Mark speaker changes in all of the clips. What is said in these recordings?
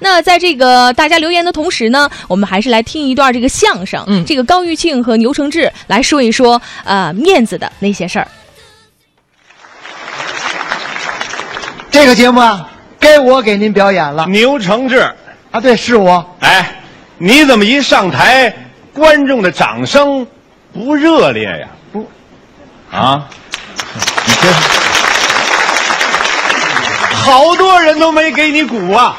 Speaker 1: 那在这个大家留言的同时呢，我们还是来听一段这个相声，
Speaker 2: 嗯
Speaker 1: 这个高玉庆和牛承志来说一说呃面子的那些事儿。
Speaker 3: 这个节目啊，该我给您表 演了
Speaker 2: 牛承志，
Speaker 3: 啊！对，是我，
Speaker 2: 哎，你怎么一上台，观众的掌声不热烈呀？
Speaker 3: 不，
Speaker 2: 啊，你这好多人都没给你鼓啊，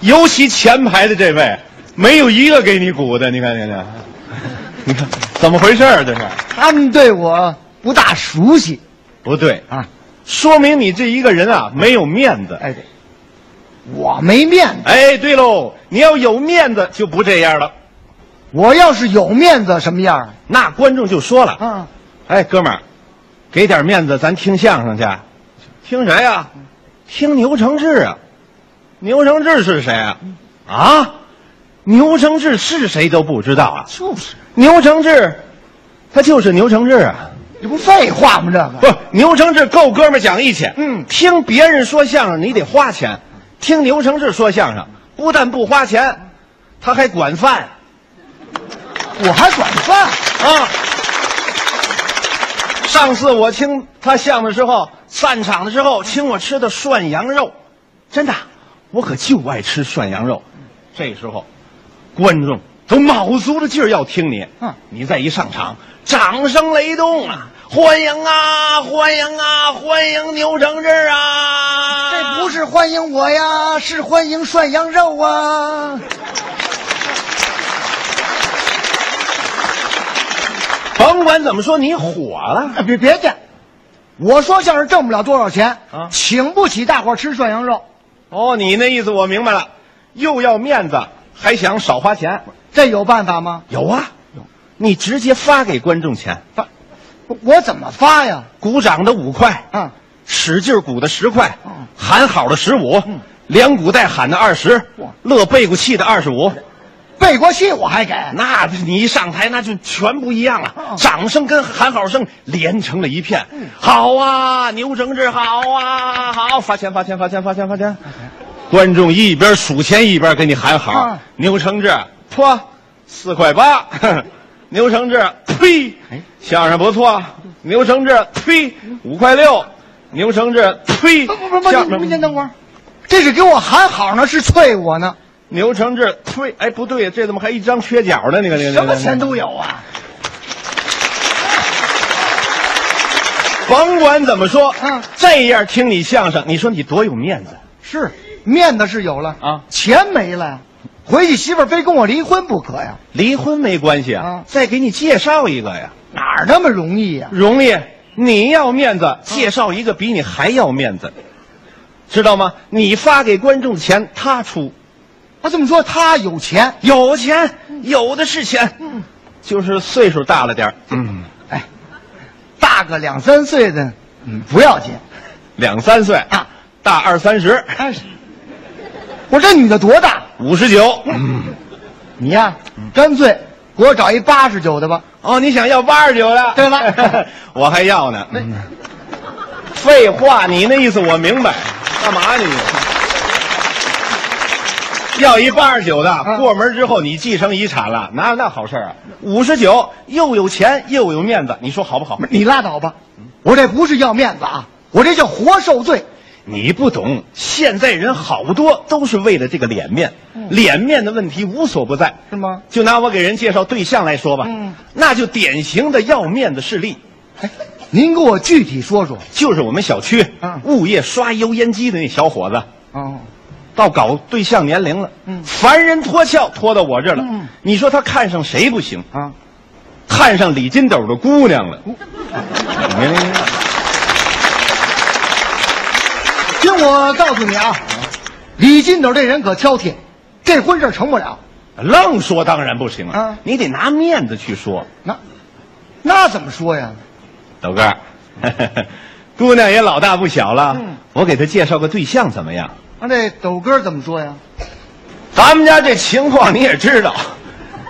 Speaker 2: 尤其前排的这位，没有一个给你鼓的。你看，你看，你看，怎么回事儿？这是
Speaker 3: 他们对我不大熟悉
Speaker 2: 不对，
Speaker 3: 啊。
Speaker 2: 说明你这一个人啊没有面子。
Speaker 3: 哎，对，我没面子，
Speaker 2: 哎，对喽，你要有面子就不这样了。
Speaker 3: 我要是有面子什么样儿
Speaker 2: 那观众就说了，
Speaker 3: 啊？
Speaker 2: 哎，哥们儿，给点面子，咱听相声去。听谁呀、听牛承志啊。牛承志是谁啊？啊，牛承志是谁都不知道啊。
Speaker 3: 就是，
Speaker 2: 牛承志，他就是牛承志啊。
Speaker 3: 这不废话吗？这个
Speaker 2: 不，牛承志够哥们儿讲义气。
Speaker 3: 嗯
Speaker 2: 听别人说相声你得花钱，听牛承志说相声不但不花钱，他还管饭
Speaker 3: 我还管饭，
Speaker 2: 啊。上次我听他相声的时候，散场的时候请我吃的涮羊肉，真的，我可就爱吃涮羊肉。这时候，观众都卯足了劲儿要听你。
Speaker 3: 嗯
Speaker 2: 你再一上场，掌声雷动啊！欢迎啊，欢迎啊，欢迎牛承志啊！
Speaker 3: 这不是欢迎我呀，是欢迎涮羊肉啊！
Speaker 2: 甭管怎么说，你火了。
Speaker 3: 啊别别介，我说相声挣不了多少钱
Speaker 2: 啊
Speaker 3: 请不起大伙儿吃涮羊肉，
Speaker 2: 哦，你那意思我明白了，又要面子，还想少花钱。
Speaker 3: 这有办法吗？
Speaker 2: 有啊，你直接发给观众钱，
Speaker 3: 发，我我怎么发呀？
Speaker 2: 鼓掌的五块，
Speaker 3: 啊，
Speaker 2: 使劲鼓的十块
Speaker 3: 嗯，
Speaker 2: 喊好的十五
Speaker 3: 嗯，
Speaker 2: 连鼓带喊的二十
Speaker 3: 哇，
Speaker 2: 乐背过气的二十五。
Speaker 3: 背过气我还给，
Speaker 2: 哎那哦你一上台，那就全不一样了
Speaker 3: 嗯，
Speaker 2: 掌声跟喊好声连成了一片。好啊，牛承志好啊，好，发钱发钱发钱发钱发钱。啊观众一边数钱一边给你喊好
Speaker 3: 嗯，
Speaker 2: 牛承志，嚯，四块八，牛承志，呸，
Speaker 3: 哎
Speaker 2: 相声不错，牛承志，呸，五块六，牛承志，呸，
Speaker 3: 不不不不，
Speaker 2: 相
Speaker 3: 您您先等会儿，这是给我喊好呢，是啐我呢，
Speaker 2: 牛承志，呸，哎不对，这怎么还一张缺角呢？你看
Speaker 3: 什么钱都有啊！
Speaker 2: 甭管怎么说，
Speaker 3: 嗯
Speaker 2: 这样听你相声，你说你多有面子
Speaker 3: 是面子是有了
Speaker 2: 啊
Speaker 3: 钱没了呀，回去媳妇儿非跟我离婚不可呀，
Speaker 2: 离婚没关系啊
Speaker 3: 啊，
Speaker 2: 再给你介绍一个呀，
Speaker 3: 哪儿那么容易呀？
Speaker 2: 容易。你要面子，介绍一个比你还要面子，知道吗？你发给观众的钱他出，
Speaker 3: 他这么说，他有钱，
Speaker 2: 有钱有的是钱，
Speaker 3: 嗯
Speaker 2: 就是岁数大了点儿嗯，
Speaker 3: 哎，大个两三岁的，嗯，不要紧。
Speaker 2: 两三岁
Speaker 3: 啊，
Speaker 2: 大二三十，
Speaker 3: 哎，我这女的多大？
Speaker 2: 五十九。嗯
Speaker 3: 你呀、干脆给我找一八十九的吧。
Speaker 2: 哦，你想要八十九的？
Speaker 3: 对了哎
Speaker 2: 我还要呢。废话，你那意思我明白。干嘛你？要一八十九
Speaker 3: 嗯
Speaker 2: 的，过门之后你继承遗产了，哪有那好事儿啊？五十九又有钱又有面子，你说好不好？
Speaker 3: 你拉倒吧，
Speaker 2: 嗯
Speaker 3: 我这不是要面子啊，我这叫活受罪。
Speaker 2: 你不懂，现在人好多都是为了这个脸面，脸面的问题无所不在，
Speaker 3: 嗯是吗
Speaker 2: 就拿我给人介绍对象来说吧，
Speaker 3: 嗯
Speaker 2: 那就典型的要面子事例。
Speaker 3: 您给我具体说说。
Speaker 2: 就是我们小区
Speaker 3: 嗯
Speaker 2: 物业刷油烟机的那小伙子，
Speaker 3: 哦，
Speaker 2: 到搞对象年龄了，
Speaker 3: 嗯
Speaker 2: 凡人脱壳脱到我这儿了，
Speaker 3: 嗯
Speaker 2: 你说他看上谁不行？
Speaker 3: 啊，
Speaker 2: 看上李金斗的姑娘了，
Speaker 3: 嗯
Speaker 2: 明白吗
Speaker 3: 听我告诉你啊，李金斗这人可挑剔，这婚事儿成不了。
Speaker 2: 愣说当然不行了，
Speaker 3: 啊
Speaker 2: 你得拿面子去说，
Speaker 3: 那，那怎么说呀？
Speaker 2: 豆哥儿， 姑娘也老大不小了，
Speaker 3: 嗯
Speaker 2: 我给她介绍个对象怎么样？
Speaker 3: 那这斗哥怎么说呀？
Speaker 2: 咱们家这情况你也知道，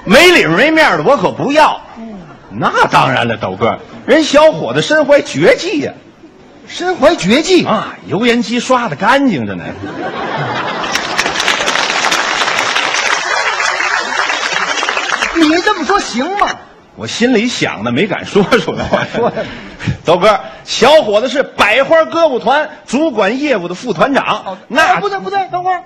Speaker 2: 没里没面的我可不要。
Speaker 3: 嗯
Speaker 2: 那当然了，豆哥，人小伙子身怀绝技呀、啊
Speaker 3: 身怀绝技，
Speaker 2: 啊，油烟机刷的干净着呢。
Speaker 3: 你说行吗？
Speaker 2: 我心里想的没敢说出来。
Speaker 3: 说呀
Speaker 2: 豆哥，小伙子是百花歌舞团主管业务的副团长，那
Speaker 3: 哎不对不对，等会儿，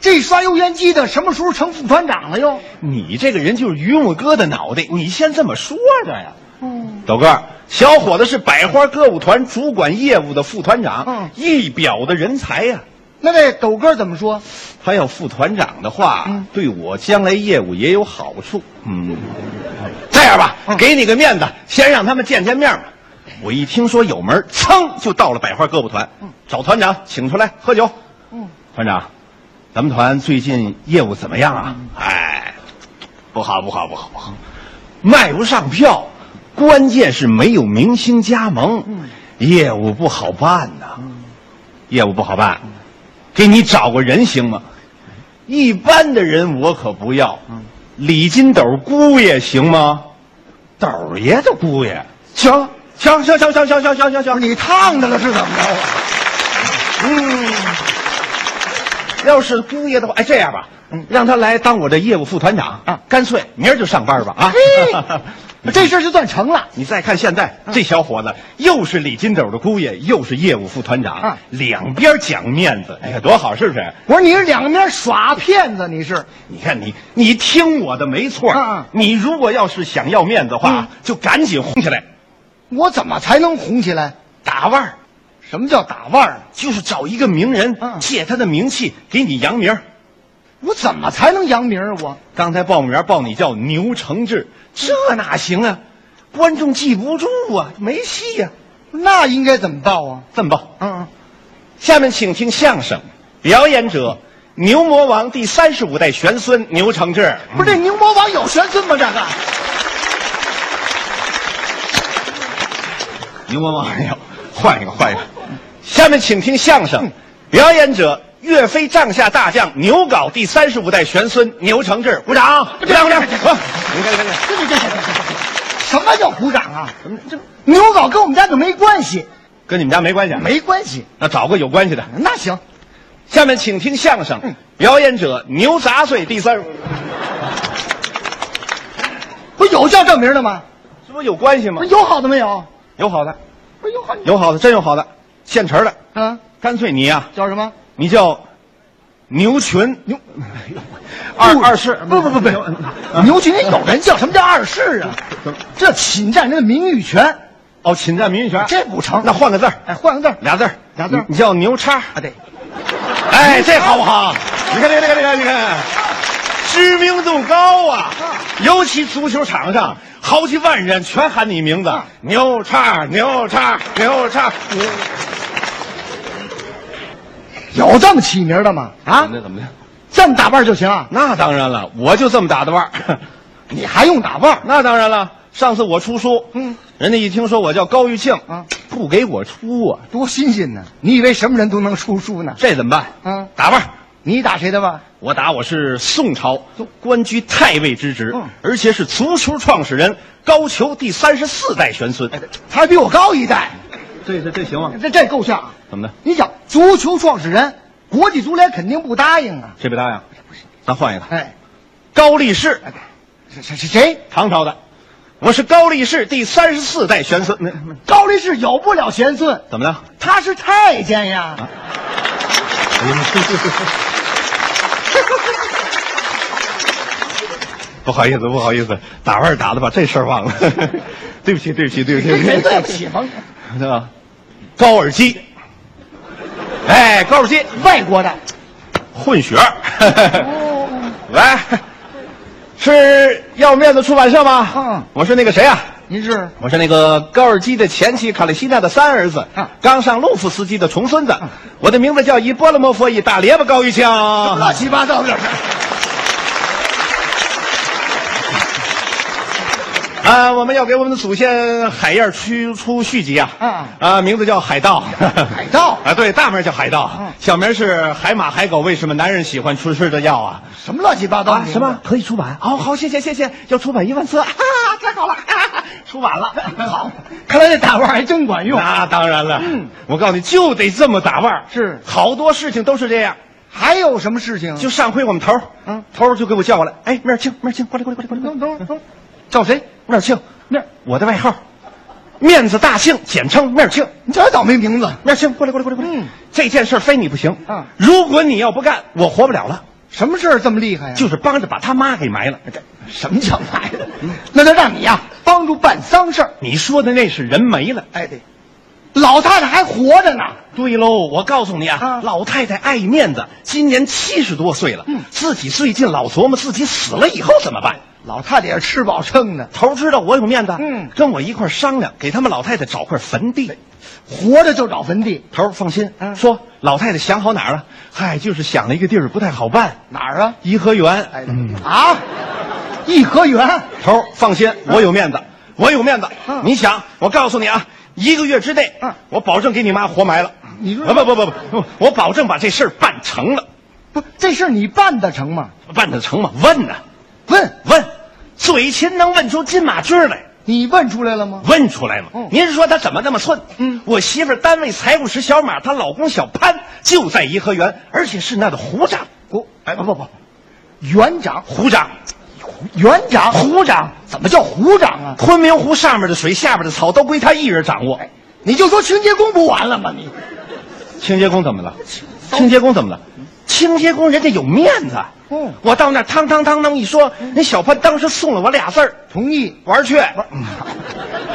Speaker 3: 这刷油烟机的什么时候成副团长了又？
Speaker 2: 你这个人就是榆木疙瘩脑袋，你先这么说着呀。
Speaker 3: 嗯
Speaker 2: 豆哥，小伙子是百花歌舞团主管业务的副团长，
Speaker 3: 嗯
Speaker 2: 一表的人才呀、
Speaker 3: 那这抖哥怎么说？
Speaker 2: 他要副团长的话，
Speaker 3: 嗯
Speaker 2: 对我将来业务也有好处。嗯，这样吧，
Speaker 3: 嗯
Speaker 2: 给你个面子，先让他们见见面吧。我一听说有门，噌就到了百花歌舞团，找团长请出来喝酒。
Speaker 3: 嗯，
Speaker 2: 团长，咱们团最近业务怎么样啊？
Speaker 3: 嗯
Speaker 2: 哎，不好，不好，不好，不好，卖不上票，关键是没有明星加盟，业务不好办呐、业务不好办，给你找个人行吗？一般的人我可不要，李金斗姑爷行吗？斗爷的姑爷，行行行行行行行行行
Speaker 3: 不
Speaker 2: 行
Speaker 3: 是，你烫的了是怎么着啊？
Speaker 2: 嗯要是姑爷的话，哎，这样吧，让他来当我的业务副团长
Speaker 3: 啊
Speaker 2: 干脆明儿就上班吧啊！ 嗯
Speaker 3: 这嗯事儿就算成了。
Speaker 2: 你再看现在这小伙子，又是李金斗的姑爷，又是业务副团长，
Speaker 3: 啊
Speaker 2: 两边讲面子，哎呀，多好，是不是？
Speaker 3: 我说你是两面耍骗子，你是？
Speaker 2: 你看你，你听我的没错儿。
Speaker 3: 啊啊
Speaker 2: 你如果要是想要面子的
Speaker 3: 嗯
Speaker 2: 话，就赶紧红起来，
Speaker 3: 我怎么才能红起来？
Speaker 2: 打腕儿，
Speaker 3: 什么叫打腕儿？
Speaker 2: 就是找一个名人，
Speaker 3: 嗯
Speaker 2: 借他的名气给你扬名儿。
Speaker 3: 我怎么才能扬名儿？啊我
Speaker 2: 刚才报幕员报你叫牛承志，这哪行啊？观众记不住啊，没戏呀、
Speaker 3: 那应该怎么报啊？
Speaker 2: 这么报，
Speaker 3: 嗯，
Speaker 2: 下面请听相声，表演者牛魔王第三十五代玄孙牛承志。
Speaker 3: 不是这牛魔王有玄孙吗？这个
Speaker 2: 牛魔王，哎呦，换一个，换一个。下面请听相声，表演者岳飞帐下大将牛皋第三十五代玄孙牛承志，鼓掌，鼓掌，鼓掌！好您看，您看，您看嗯
Speaker 3: 这这这这这什么叫鼓掌啊？怎么这牛皋跟我们家可没关系？
Speaker 2: 跟你们家没关系啊，
Speaker 3: 没关系，
Speaker 2: 那找个有关系的。
Speaker 3: 那行，
Speaker 2: 下面请听相
Speaker 3: 嗯
Speaker 2: 声，表演者牛杂碎第三，
Speaker 3: 不有叫这名的吗？
Speaker 2: 这不有关系吗
Speaker 3: 不？有好的没有？
Speaker 2: 有好的，
Speaker 3: 不有好的
Speaker 2: 有好的，真有好的，现成的。
Speaker 3: 啊？
Speaker 2: 干脆你呀、
Speaker 3: 叫什么？
Speaker 2: 你叫牛群牛，二二世
Speaker 3: 不不不不，牛群有人叫什么叫二世啊？这侵占人的名誉权，
Speaker 2: 哦，侵占名誉权，
Speaker 3: 这不成
Speaker 2: 那换个字儿，
Speaker 3: 哎，换个字儿
Speaker 2: 俩字儿，
Speaker 3: 俩字儿
Speaker 2: 你你叫牛叉。
Speaker 3: 啊，对，
Speaker 2: 哎，这好不好？你看，你看，你看，你看，你看，知名度高啊！尤其足球场上，好几万人全喊你名字，牛叉，牛叉，牛叉。
Speaker 3: 有这么起名的吗？啊，
Speaker 2: 的怎么的？
Speaker 3: 这么打扮就行啊？
Speaker 2: 那当然了，我就这么打的腕
Speaker 3: 嗯
Speaker 2: 儿。
Speaker 3: 你还用打扮？
Speaker 2: 那当然了，上次我出书，
Speaker 3: 嗯，
Speaker 2: 人家一听说我叫高玉庆，
Speaker 3: 啊，
Speaker 2: 不给我出啊，
Speaker 3: 多新鲜呢！你以为什么人都能出书呢？
Speaker 2: 这怎么办？
Speaker 3: 嗯
Speaker 2: 打吧。
Speaker 3: 你打谁的吧？
Speaker 2: 我打我是宋朝官居太尉之职，
Speaker 3: 嗯
Speaker 2: 而且是足球创始人高俅第三十四代玄孙。
Speaker 3: 他还比我高一代，
Speaker 2: 哎这这这行吗？
Speaker 3: 这这够呛啊！
Speaker 2: 怎么的？
Speaker 3: 你想，足球创始人，国际足联肯定不答应啊！
Speaker 2: 这不答应？咱换一个。
Speaker 3: 哎，
Speaker 2: 高力士，
Speaker 3: 谁谁谁谁？
Speaker 2: 唐朝的，我是高力士第三十四代玄孙。
Speaker 3: 高力士有不了贤孙，
Speaker 2: 怎么的？
Speaker 3: 他是太监呀。
Speaker 2: 啊不好意思，不好意思，打腕儿打的把这事儿忘了。 对不起，对不起，对不起，
Speaker 3: 跟谁 对不起吗？
Speaker 2: 对吧？高尔基，哎，高尔基
Speaker 3: 外国的。
Speaker 2: 混血儿，哦 来，是要面子出版社吗？
Speaker 3: 嗯
Speaker 2: 我是那个谁啊？
Speaker 3: 您是
Speaker 2: 我是那个高尔基的前妻卡列西娜的三儿子，
Speaker 3: 嗯
Speaker 2: 刚上路夫斯基的重孙子。我的名字叫伊波勒莫夫伊大列巴高玉清。
Speaker 3: 乱七八糟的。
Speaker 2: 啊，我们要给我们的祖先海燕出出续集啊！
Speaker 3: 嗯
Speaker 2: 啊，名字叫海盗，海
Speaker 3: 盗
Speaker 2: 啊，对，大名叫海盗，
Speaker 3: 嗯
Speaker 2: 小名是海马海狗。为什么男人喜欢吃吃的药啊？
Speaker 3: 什么乱七八糟的名字？
Speaker 2: 可以出版？哦，好，谢谢谢谢，要出版一万 册，哈、
Speaker 3: 啊
Speaker 2: 哈，啊太 好了，哈哈出版了，好。
Speaker 3: 看来这打腕还真管用。
Speaker 2: 那当然了，我告诉你，就得这么打腕儿
Speaker 3: 嗯是
Speaker 2: 好多事情都是这样。
Speaker 3: 还有什么事情？
Speaker 2: 就上回我们头儿，
Speaker 3: 嗯
Speaker 2: 头儿就给我叫过来，哎，妹儿清，妹儿清，过来，过来，过来，过来，
Speaker 3: 等等等，
Speaker 2: 叫谁面庆面，我的外号，面子大庆，简称面庆。
Speaker 3: 你这倒霉名字，
Speaker 2: 面庆，过来过来过来过来。
Speaker 3: 嗯
Speaker 2: 这件事儿非你不行
Speaker 3: 啊
Speaker 2: 如果你要不干，我活不了了。
Speaker 3: 什么事儿这么厉害呀、啊
Speaker 2: 就是帮着把他妈给埋了。这
Speaker 3: 嗯什么叫来的？那就让你呀、帮助办丧事儿。
Speaker 2: 你说的那是人没了。
Speaker 3: 哎，对，老太太还活着呢。
Speaker 2: 对喽，我告诉你啊，
Speaker 3: 啊
Speaker 2: 老太太爱面子，今年七十多岁了，
Speaker 3: 嗯
Speaker 2: 自己最近老琢磨自己死了以后怎么办。
Speaker 3: 老太太也是吃饱撑的，
Speaker 2: 头知道我有面子，
Speaker 3: 嗯
Speaker 2: 跟我一块儿商量，给他们老太太找块坟地。
Speaker 3: 活着就找坟地，
Speaker 2: 头儿放心，
Speaker 3: 嗯
Speaker 2: 说老太太想好哪儿了？嗨，就是想了一个地儿不太好办，
Speaker 3: 哪儿啊？
Speaker 2: 颐和园。嗯
Speaker 3: 哎，啊，颐和园，
Speaker 2: 头儿放心，我有面子，我有面子。
Speaker 3: 嗯
Speaker 2: 你想，我告诉你啊，一个月之内，
Speaker 3: 嗯
Speaker 2: 我保证给你妈活埋了。
Speaker 3: 你说
Speaker 2: 啊不不不不，我保证把这事儿办成了，
Speaker 3: 不，这事儿你办得成吗？
Speaker 2: 办得成吗？问呐、
Speaker 3: 问，
Speaker 2: 问，嘴勤能问出金马驹儿来，
Speaker 3: 你问出来了吗？
Speaker 2: 问出来吗？
Speaker 3: 嗯
Speaker 2: 您说她怎么那么寸？
Speaker 3: 嗯
Speaker 2: 我媳妇儿单位财务室小马，她老公小潘就在颐和园，而且是那的胡长，
Speaker 3: 不，哎，不不不，园长，
Speaker 2: 胡长，
Speaker 3: 园啊长，
Speaker 2: 胡长，
Speaker 3: 怎么叫虎长啊？哎
Speaker 2: 昆明湖上面的水，下边的草都归他一人掌握。
Speaker 3: 你就说清洁工不完了吗？你嗯
Speaker 2: 清洁工怎么了？清洁工怎么了？清洁工人家有面子。
Speaker 3: 嗯
Speaker 2: 我到那儿汤汤汤那么一说，那小潘当时送了我俩字儿：
Speaker 3: 同意？
Speaker 2: 玩儿去。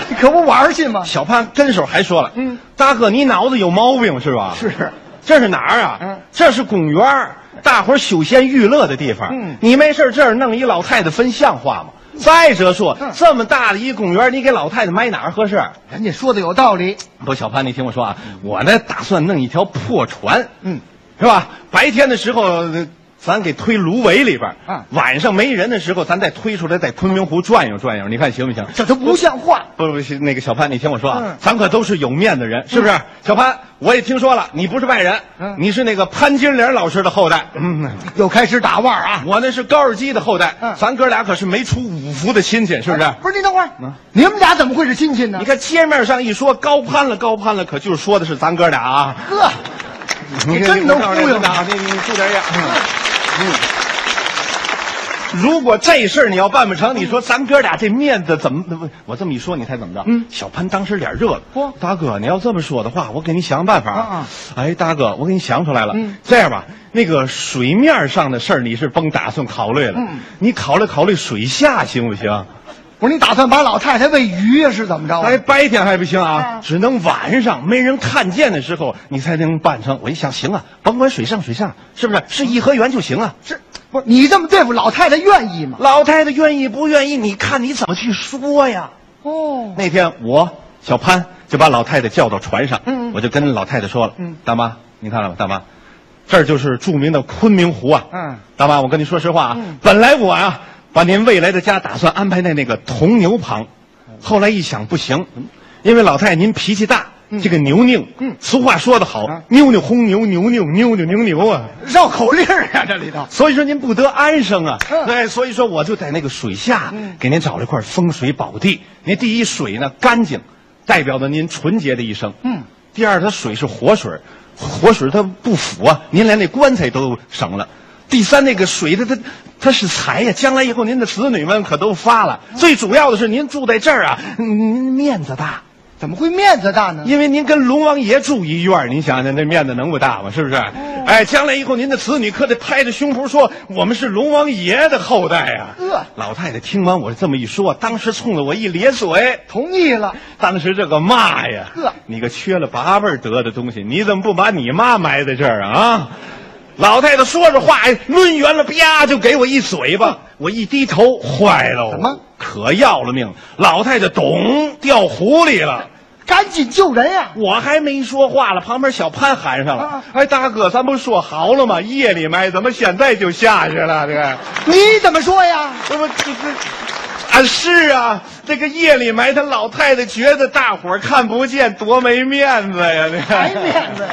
Speaker 3: 你可不玩儿去吗？
Speaker 2: 小潘跟手还说了：“
Speaker 3: 嗯，
Speaker 2: 大哥，你脑子有毛病是吧？
Speaker 3: 是，
Speaker 2: 这是哪儿啊？
Speaker 3: 嗯哎
Speaker 2: 这是公园儿，大伙儿休闲娱乐的地方。
Speaker 3: 嗯
Speaker 2: 你没事儿这儿弄一老太太分像话吗？再者说，
Speaker 3: 嗯
Speaker 2: 这么大的一公园，你给老太太埋哪儿合适？
Speaker 3: 人家说的有道理。
Speaker 2: 不，小潘，你听我说啊，我呢打算弄一条破船，
Speaker 3: 嗯，
Speaker 2: 是吧？白天的时候，呃咱给推芦苇里边儿
Speaker 3: 啊
Speaker 2: 晚上没人的时候，咱再推出来，在昆明湖转悠转悠，你看行不行？
Speaker 3: 这都不像话。
Speaker 2: 不不行，那个小潘，你听我说啊，
Speaker 3: 嗯
Speaker 2: 咱可都是有面的人，是不是？小潘，我也听说了，你不是外人，
Speaker 3: 嗯
Speaker 2: 你是那个潘金莲老师的后代，嗯，
Speaker 3: 又开始打腕儿啊！
Speaker 2: 我那是高尔基的后代，
Speaker 3: 嗯
Speaker 2: 咱哥俩可是没出五福的亲戚，是不是？
Speaker 3: 不是，你等会儿，
Speaker 2: 嗯
Speaker 3: 你们俩怎么会是亲戚呢？
Speaker 2: 你，看街面上一说高攀了，高攀了，可就是说的是咱哥俩啊。
Speaker 3: 呵，你真能忽悠
Speaker 2: 啊！
Speaker 3: 他。
Speaker 2: 你你注点眼。
Speaker 3: 嗯
Speaker 2: 嗯。如果这事儿你要办不成，你说咱哥俩这面子怎么？不我这么一说，你猜怎么着？
Speaker 3: 嗯
Speaker 2: 小潘当时脸热了。
Speaker 3: 嚯
Speaker 2: 大哥，你要这么说的话，我给你想办法。
Speaker 3: 啊啊！
Speaker 2: 哎，大哥，我给你想出来了。
Speaker 3: 嗯
Speaker 2: 这样吧，那个水面上的事儿你是甭打算考虑了，
Speaker 3: 嗯
Speaker 2: 你考虑考虑水下行不行？
Speaker 3: 不是你打算把老太太喂鱼呀？是怎么着啊？
Speaker 2: 哎，白天还不行啊
Speaker 3: 啊，
Speaker 2: 只能晚上没人看见的时候，你才能办成。我一想，行啊，甭管水上水下，是不是是颐和园就行啊？
Speaker 3: 是，不是你这么对付老太太愿意吗？
Speaker 2: 老太太愿意不愿意，你看你怎么去说呀？
Speaker 3: 哦，
Speaker 2: 那天我小潘就把老太太叫到船上，
Speaker 3: 嗯嗯
Speaker 2: 我就跟老太太说了，
Speaker 3: 嗯
Speaker 2: 大妈，你看了吗？大妈，这儿就是著名的昆明湖啊。
Speaker 3: 嗯，
Speaker 2: 大妈，我跟您说实话啊，
Speaker 3: 嗯
Speaker 2: 本来我啊把您未来的家打算安排在那个铜牛旁，后来一想不行，因为老太太您脾气大，
Speaker 3: 嗯
Speaker 2: 这个牛拧，
Speaker 3: 嗯
Speaker 2: 俗话说得好，
Speaker 3: 啊
Speaker 2: 妞妞轰牛，牛扭妞妞牛牛啊。
Speaker 3: 绕口令儿啊，这里头。
Speaker 2: 所以说您不得安生啊，
Speaker 3: 嗯
Speaker 2: 哎，所以说我就在那个水下、
Speaker 3: 嗯
Speaker 2: 给您找了一块风水宝地。您第一水呢干净，代表着您纯洁的一生。
Speaker 3: 嗯，
Speaker 2: 第二它水是活水，活水它不腐啊，您连那棺材都省了。第三，那个水它它它是财呀、将来以后您的子女们可都发了。
Speaker 3: 嗯
Speaker 2: 最主要的是您住在这儿啊，您面子大，
Speaker 3: 怎么会面子大呢？
Speaker 2: 因为您跟龙王爷住一院儿，您想想那面子能不大吗？是不是？
Speaker 3: 哦
Speaker 2: 哎，将来以后您的子女可得拍着胸脯说，我们是龙王爷的后代啊！
Speaker 3: 呃
Speaker 2: 老太太听完我这么一说，当时冲着我一咧嘴，
Speaker 3: 同意了，
Speaker 2: 当时这个骂呀！
Speaker 3: 呵
Speaker 2: 你个缺了八辈儿德的东西，你怎么不把你妈埋在这儿啊？老太太说着话，哎抡圆了，啪就给我一嘴巴。我一低头，坏喽！
Speaker 3: 怎么？
Speaker 2: 可要了命！老太太咚掉湖里了。
Speaker 3: 赶紧救人呀、
Speaker 2: 我还没说话了，旁边小潘喊上了：“
Speaker 3: 啊
Speaker 2: 哎，大哥，咱不说好了吗？夜里埋，怎么现在就下去了？这个，
Speaker 3: 你怎么说 呀？
Speaker 2: 这不这这，啊是啊，这个夜里埋，他老太太觉得大伙儿看不见，多没面子呀！这个
Speaker 3: 还面子呀？